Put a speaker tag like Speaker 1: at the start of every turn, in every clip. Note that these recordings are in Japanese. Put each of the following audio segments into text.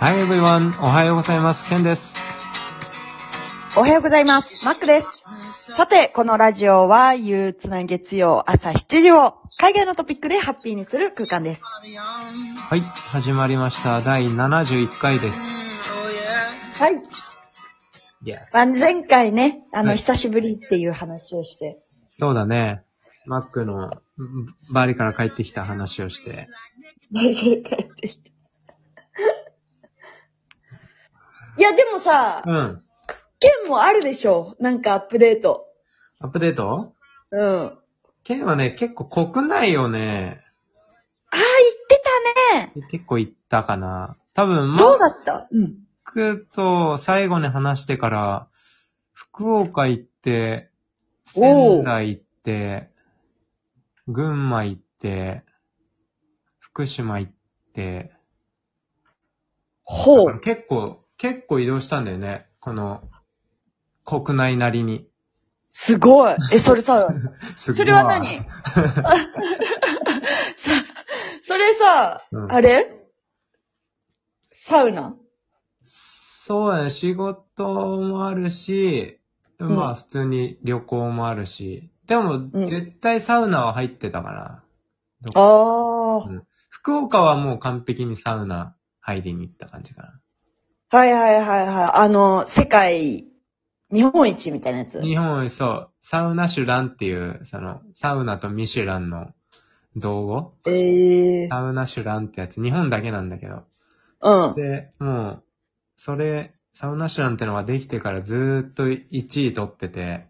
Speaker 1: Hi everyone! おはようございます。ケンです。
Speaker 2: おはようございます。マックです。さて、このラジオは憂鬱な月曜朝7時を海外のトピックでハッピーにする空間です。
Speaker 1: はい、始まりました。第71回です。
Speaker 2: はい。
Speaker 1: Yes.
Speaker 2: まあ、前回ね、あの、
Speaker 1: はい
Speaker 2: 久しぶりっていう話を して、
Speaker 1: そうだね。マックのうんバリから帰ってきた話をして。
Speaker 2: いや、でもさ、
Speaker 1: うん。
Speaker 2: 件もあるでしょなんかアップデート。
Speaker 1: アップデート
Speaker 2: うん。ああ、
Speaker 1: ケンはね、結構国内をね、
Speaker 2: 言ってたね。
Speaker 1: 結構行ったかな。多分、マ
Speaker 2: どう
Speaker 1: ッ
Speaker 2: だったうん。
Speaker 1: クと最後に話してから、福岡行って、
Speaker 2: お
Speaker 1: 仙
Speaker 2: う
Speaker 1: 台行って、群馬行って、福島行って、
Speaker 2: ほ
Speaker 1: だから
Speaker 2: う。
Speaker 1: 結構、結構移動したんだよね。この、国内なりに。
Speaker 2: すごい。え、それ さ、
Speaker 1: すごい
Speaker 2: それは何 さ、それさ、
Speaker 1: うん
Speaker 2: あれサウナ
Speaker 1: そうだね。仕事もあるし、
Speaker 2: ん
Speaker 1: まあ普通に旅行もあるし。でも、
Speaker 2: うん
Speaker 1: 絶対サウナは入ってたから。どこ
Speaker 2: ああ
Speaker 1: う、ん福岡はもう完璧にサウナ入りに行った感じかな。
Speaker 2: はいはいはいはい。あの、世界、日本一みたいなやつ。
Speaker 1: 日本、そう、サウナシュランっていう、その、サウナとミシュランの造語
Speaker 2: ええ
Speaker 1: サウナシュランってやつ、日本だけなんだけど。
Speaker 2: うん。
Speaker 1: で、もう、それ、サウナシュランってのができてからずーっと1位取ってて、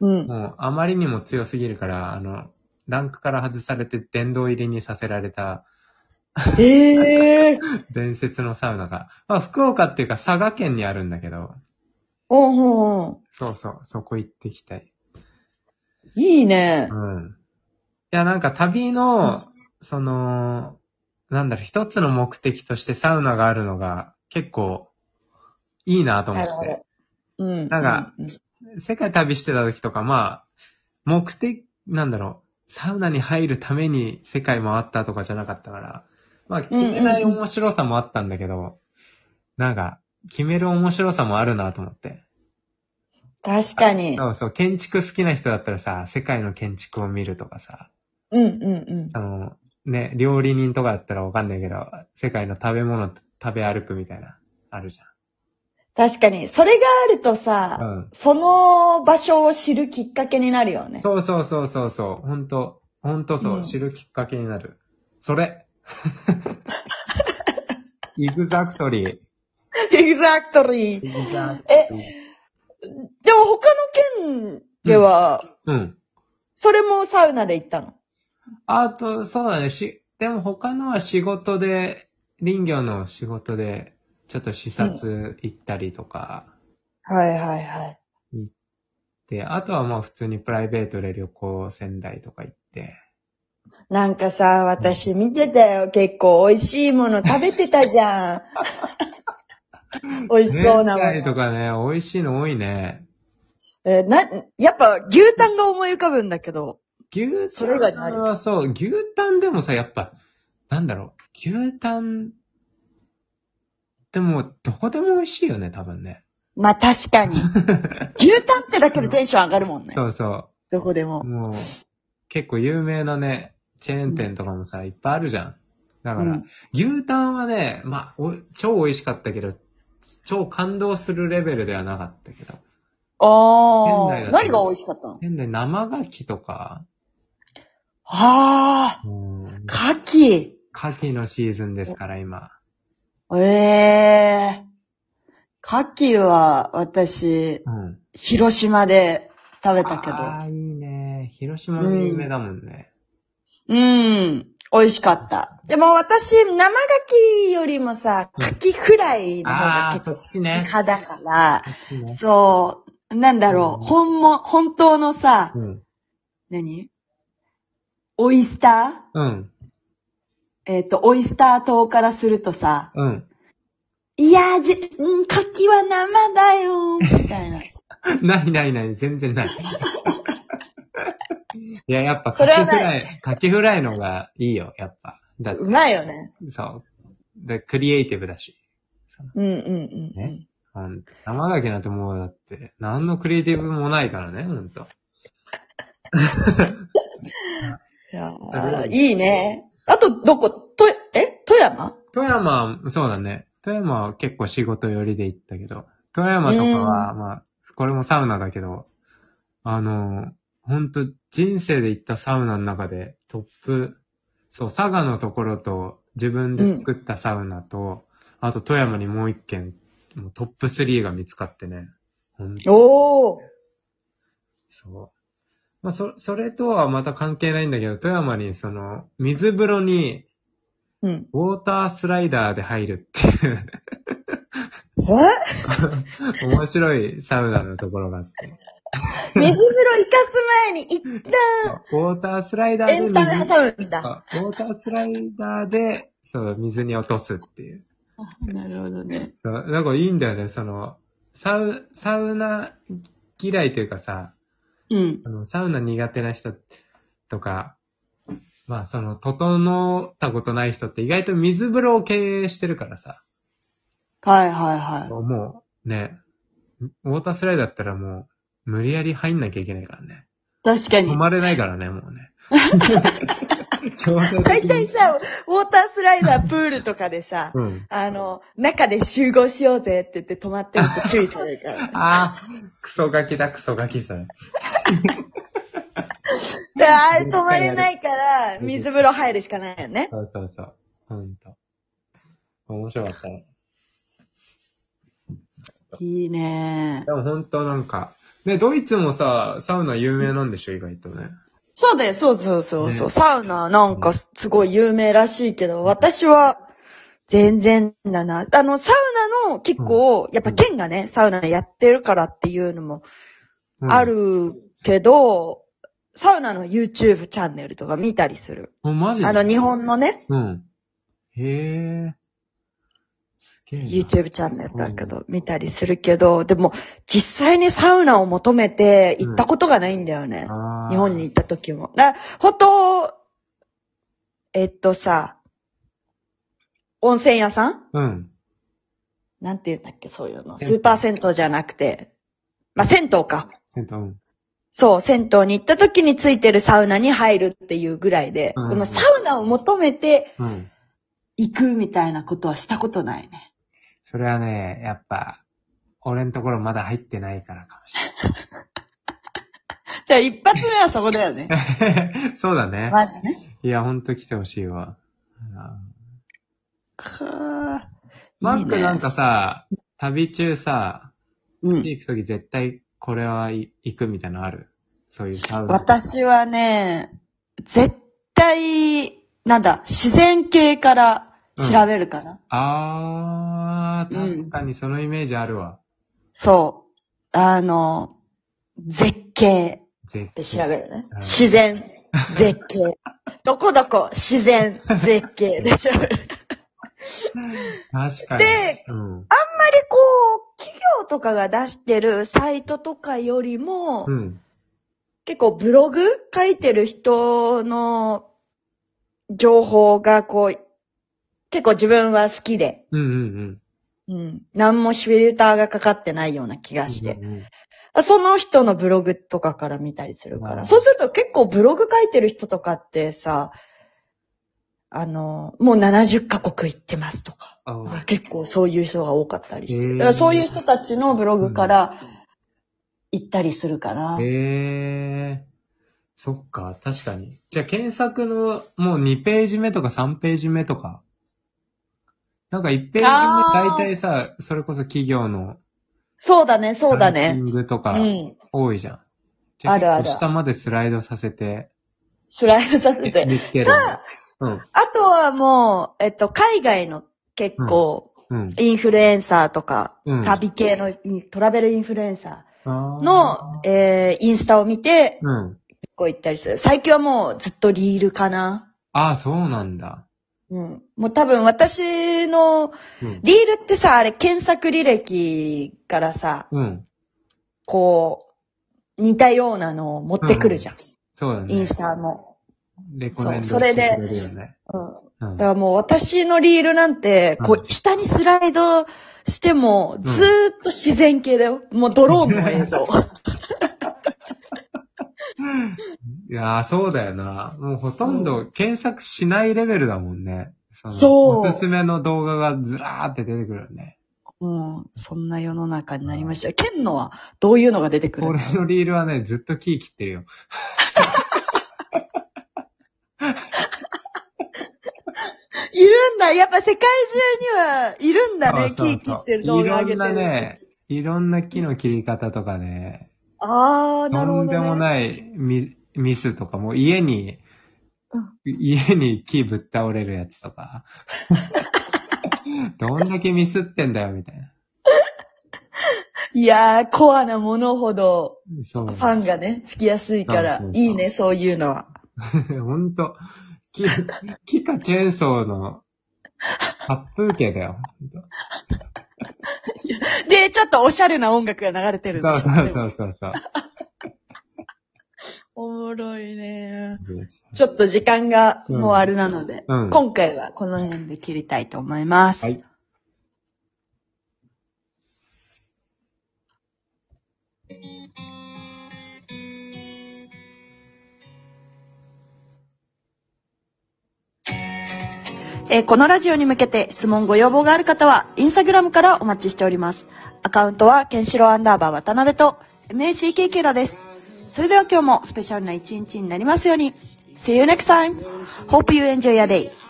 Speaker 2: うん。
Speaker 1: もうあまりにも強すぎるから、あの、ランクから外されて殿堂入りにさせられた
Speaker 2: ええー。
Speaker 1: 伝説のサウナが、まあ福岡っていうか佐賀県にあるんだけど、
Speaker 2: おんほんほん。
Speaker 1: そうそう、そこ行ってきたい。
Speaker 2: いいね
Speaker 1: う。ん。いや、なんか旅の、その、なんだろう、一つの目的としてサウナがあるのが結構いいなと思
Speaker 2: な
Speaker 1: っ
Speaker 2: るほ
Speaker 1: て。
Speaker 2: ど。うん。
Speaker 1: なんか
Speaker 2: うん、
Speaker 1: 世界旅してた時とか、まあ、目的、なんだろう、サウナに入るために世界回ったとかじゃなかったから、まあ、決めない面白さもあったんだけど、なんか、決める面白さもあるなと思って。
Speaker 2: 確かに。
Speaker 1: そうそう、建築好きな人だったらさ、世界の建築を見るとかさ、
Speaker 2: うんうんうん。
Speaker 1: あの、ね、料理人とかだったらわかんないけど、世界の食べ物食べ歩くみたいな、あるじ
Speaker 2: 確かに。それがあると
Speaker 1: ゃ
Speaker 2: さ、
Speaker 1: ん。うん。
Speaker 2: その場所を知るきっかけになるよね。
Speaker 1: そうそうそうそうそう、ほんと、ほんとそう、
Speaker 2: うん
Speaker 1: 知るきっかけになる。そ れイグザクトリー。
Speaker 2: エグザクトリー
Speaker 1: イ。グザ
Speaker 2: え
Speaker 1: クトリー。
Speaker 2: でも他の県では、
Speaker 1: うん。
Speaker 2: それもサウナで行ったの。
Speaker 1: あと、そうだね、し、でも他のは仕事で、林業の仕事で、ちょっと視察行ったりとか、
Speaker 2: はいはいはい。
Speaker 1: で、あとはまあ普通にプライベートで旅行仙台とか行って、
Speaker 2: なんかさ、私見てたよ。結構美味しいもの食べてた じゃん。美味しそうなも
Speaker 1: 仙台と
Speaker 2: の。
Speaker 1: かね、美味しいの多いね。
Speaker 2: えーな、やっぱ牛タンが思い浮かぶんだけど。
Speaker 1: 牛
Speaker 2: それ以外
Speaker 1: タ
Speaker 2: にあ
Speaker 1: ン
Speaker 2: る
Speaker 1: はそう、牛タンでもさ、やっぱ、なんだろう、牛タン、でも、どこでも美味しいよね、多分ね。
Speaker 2: まあ確 かに。牛タンってだけでテンション上がるもんね。
Speaker 1: そうそ
Speaker 2: どこで
Speaker 1: う。
Speaker 2: も。
Speaker 1: もう、結構有名なね、チェーン店とかもさ、いっぱいあるじゃん。だから、
Speaker 2: うん
Speaker 1: 牛タンはね、まあ、お超美味しかったけど、超感動するレベルではなかったけど。仙
Speaker 2: あ
Speaker 1: 台だ
Speaker 2: あ。
Speaker 1: と
Speaker 2: 何が美味しかったの
Speaker 1: 変で生牡蠣とか、
Speaker 2: ああ。
Speaker 1: うん、
Speaker 2: 牡蠣。
Speaker 1: 牡蠣のシーズンですから、今。
Speaker 2: ええ牡蠣は私、
Speaker 1: うん。
Speaker 2: 広島で食べたけ
Speaker 1: あ
Speaker 2: ど。
Speaker 1: あ、いいね。広島の有名だもんね。
Speaker 2: うん。美味しかった。でも私、生牡蠣よりもさ、
Speaker 1: うん
Speaker 2: 牡蠣フライの方
Speaker 1: あ
Speaker 2: が
Speaker 1: あ、そ
Speaker 2: 結
Speaker 1: っち
Speaker 2: 構
Speaker 1: ね。
Speaker 2: 派だから、
Speaker 1: そっちね
Speaker 2: そう、なんだろ
Speaker 1: う
Speaker 2: う、
Speaker 1: ん
Speaker 2: 本も、本当のさ、
Speaker 1: うん。
Speaker 2: 何オイスタ
Speaker 1: うん。
Speaker 2: ーえっ、と、オイスター島からするとさ、
Speaker 1: うん。
Speaker 2: いやーぜ、うん、牡蠣は生だよー、み たいな。
Speaker 1: ないないない、全然ない。 いや、やっぱ、カ
Speaker 2: それ
Speaker 1: キ
Speaker 2: は
Speaker 1: フラ
Speaker 2: な
Speaker 1: イ、カキフライの方がいいよ、やっぱ。だって
Speaker 2: うまいよね。
Speaker 1: そう。で、クリエイティブだし。さ。
Speaker 2: うんうんうん。
Speaker 1: ねほんと生だけなんてもうだって、何のクリエイティブもないからね、ほんと。
Speaker 2: いやーいいね。あと、どこ、と、え富山
Speaker 1: 富山、そうだね。富山は結構仕事寄りで行ったけど、富山とかは、まあ、これもサウナだけど、あの、ほんと人生で行ったサウナの中でトップ、そう、佐賀のところと自分で作ったサウナと、あと富山にもう一軒、もうトップ3が見つかってね。ほんと
Speaker 2: おー。
Speaker 1: そう。まあ、そ、それとはまた関係ないんだけど、富山にその、水風呂に
Speaker 2: うん。
Speaker 1: ウォータースライダーで入るっていう。
Speaker 2: え
Speaker 1: 面白いサウナのところがあって。
Speaker 2: 水風呂生かす前に一旦、
Speaker 1: ウォータースライダーで
Speaker 2: エ
Speaker 1: 水
Speaker 2: ンタメ挟むんだ。
Speaker 1: あウォータースライダーで、そう、水に落とすっていう。
Speaker 2: なるほどね。
Speaker 1: そう、なんかいいんだよね、その、サウ、サウナ嫌いというかさ、
Speaker 2: うん。
Speaker 1: あの、サウナ苦手な人とか、まあその、整ったことない人って意外と水風呂を経営してるからさ。
Speaker 2: はいはいは
Speaker 1: もうね、ウォータースライダーだったらもう、無理やり入んなきゃいけないからね。
Speaker 2: い。確かに
Speaker 1: 止。まれないからね、もう ね。強制
Speaker 2: 大
Speaker 1: 的に
Speaker 2: 体さ、ウォータースライダー、プールとかでさ、
Speaker 1: うん。
Speaker 2: あの、中で集合しようぜって言って止まってると注意される から。
Speaker 1: ああ、クソガキだ、クソガキさ。
Speaker 2: で、あれ止まれないから、水風呂入るしかないよね。
Speaker 1: そうそうそう。ほんと。面白かったね。
Speaker 2: いいね
Speaker 1: でもほんとなんか、ね、ドイツもさ、サウナ有名なんでしょ、意外とね。
Speaker 2: そうだよ、そうそうそうそう、
Speaker 1: ね
Speaker 2: サウナなんかすごい有名らしいけど、私は全然だな。あの、サウナの結構、やっぱ県がね、サウナやってるからっていうのも
Speaker 1: うん
Speaker 2: あ。るけど、サウナの YouTube チャンネルとか見たりする。
Speaker 1: もうマジで
Speaker 2: あの、日本のね、
Speaker 1: うん。へえ。すげえな。
Speaker 2: YouTube チャンネルだけど、見たりするけど、でも、実際にサウナを求めて行ったことがないんだよね。
Speaker 1: あー
Speaker 2: 日本に行った時も。だ本当、えっとさ、温泉屋さん
Speaker 1: うん。
Speaker 2: なんて言うんだっけ、そういうの。ス
Speaker 1: 銭湯
Speaker 2: ーパー銭湯じゃなくて。まあ、銭湯か。
Speaker 1: 銭湯、うん。
Speaker 2: そう、銭湯に行った時についてるサウナに入るっていうぐらいで、
Speaker 1: うん
Speaker 2: このサウナを求めて
Speaker 1: うん。
Speaker 2: 行くみたいなことはしたことないね。
Speaker 1: それはね、やっぱ、俺のところまだ入ってないからかもし
Speaker 2: じゃあ一発目はそこだよ ね。
Speaker 1: れない。そうだね。
Speaker 2: まず ね。
Speaker 1: いや、ほんと来てほしいわ。うん
Speaker 2: か
Speaker 1: マックなんか
Speaker 2: か、
Speaker 1: さ、旅中さ、
Speaker 2: う
Speaker 1: 地
Speaker 2: ん。
Speaker 1: 行くとき絶対これはい行くみたいなのあるそういうサウナ。
Speaker 2: 私はね、絶対、なんだ、自然系から調べるかな。
Speaker 1: あー、
Speaker 2: うん
Speaker 1: 確かにそのイメージあるわ。
Speaker 2: そう。あの、絶景
Speaker 1: 絶
Speaker 2: って調べるね
Speaker 1: うん。
Speaker 2: 自然、絶 景。どこどこ、自然、絶景で調べる。
Speaker 1: 確かに。
Speaker 2: で
Speaker 1: うん。
Speaker 2: あんまりこう、企業とかが出してるサイトとかよりも、
Speaker 1: うん。
Speaker 2: 結構ブログ書いてる人の情報がこう、結構自分は好きで、
Speaker 1: うんうん
Speaker 2: うん。何もフィルターがかかってないような気
Speaker 1: う
Speaker 2: が
Speaker 1: ん。
Speaker 2: して
Speaker 1: う。んうん
Speaker 2: あその人のブログとかから見たりするか
Speaker 1: なる
Speaker 2: ら。
Speaker 1: ほど
Speaker 2: そうすると結構ブログ書いてる人とかってさ、あの、もう70カ国行ってますとか。
Speaker 1: あー
Speaker 2: 結構そういう人が多かったりして。
Speaker 1: へー
Speaker 2: だからそういう人たちのブログから行ったりするかな。
Speaker 1: へえー。そっか、確かに。じゃあ検索のもう2ページ目とか3ページ目とか。なんか1ページ目
Speaker 2: あー
Speaker 1: 大体さ、それこそ企業の
Speaker 2: そうだね、そうだ
Speaker 1: ラン
Speaker 2: ね。
Speaker 1: キングとか
Speaker 2: うん。
Speaker 1: 多いじゃん。じ
Speaker 2: あるある
Speaker 1: 結構下までスライドさせて、
Speaker 2: スライドさせ
Speaker 1: 見
Speaker 2: て。
Speaker 1: つける。うん、
Speaker 2: あとはもう、えっと、海外の結構、
Speaker 1: うん、
Speaker 2: インフルエンサーとか、
Speaker 1: うん。
Speaker 2: 旅系のイントラベルインフルエンサー。の
Speaker 1: の、
Speaker 2: えー、インスタを見て、
Speaker 1: うん。
Speaker 2: こう行ったりする。最近はもうずっとリールかな。
Speaker 1: ああ、そうなんだ。
Speaker 2: うん。もう多分私の、
Speaker 1: うん。
Speaker 2: リールってさ、あれ検索履歴からさ、
Speaker 1: うん。
Speaker 2: こう、似たようなのを持ってくるじゃん。
Speaker 1: そうだね。
Speaker 2: インスタも。
Speaker 1: レコメンド
Speaker 2: そうそれで
Speaker 1: してくれるよね。
Speaker 2: うん。
Speaker 1: うん
Speaker 2: だからもう私のリールなんて、こ
Speaker 1: う
Speaker 2: う、下にスライドしても、ずーっと自然系だよ。もうドローンの映像。
Speaker 1: いやー、そうだよな。もうほとんど検索しないレベルだもんね。その
Speaker 2: そう
Speaker 1: おすすめの動画がずらーって出てくるよね。
Speaker 2: うん。そんな世の中になりましたよ。ケンのは、どういうのが出てくる
Speaker 1: 俺のリールはね、ずっとキー切ってるよ。
Speaker 2: いるんだやっぱ世界中には、いるんだね。
Speaker 1: そ
Speaker 2: 木
Speaker 1: うそうそう
Speaker 2: 切ってる動画上
Speaker 1: い
Speaker 2: げてる。
Speaker 1: ろんなね、いろんな木の切り方とかね、
Speaker 2: あー、な
Speaker 1: と
Speaker 2: るほど、
Speaker 1: ん
Speaker 2: ね。
Speaker 1: でもないミミスとか、もう家に、家に木ぶっ倒れるやつとか。 どんだけミスってんだよ、みたいな。
Speaker 2: いやー、コアなものほど、
Speaker 1: そう
Speaker 2: フ。ァンがね、つきやすいから
Speaker 1: そうそう、そう
Speaker 2: いいね、そういうのは。
Speaker 1: ほんと、木、木かチェーンソーの発風景だ よ。
Speaker 2: で、ちょっとおしゃれな音楽が流れて
Speaker 1: そ
Speaker 2: る
Speaker 1: うん
Speaker 2: だ
Speaker 1: そうそうそうそう。
Speaker 2: おもろいね。ちょっと時間が
Speaker 1: うん
Speaker 2: もうあれなので、
Speaker 1: うん
Speaker 2: 今回はこの辺で切りたいと思います。
Speaker 1: はい
Speaker 2: えーこのラジオに向けて質問ご要望がある方は、インスタグラムからお待ちしております。アカウントは、ケンシロウアンダーバー渡辺と、MACKK だです。それでは今日もスペシャルな一日になりますように。See you next time! Hope you enjoy your day!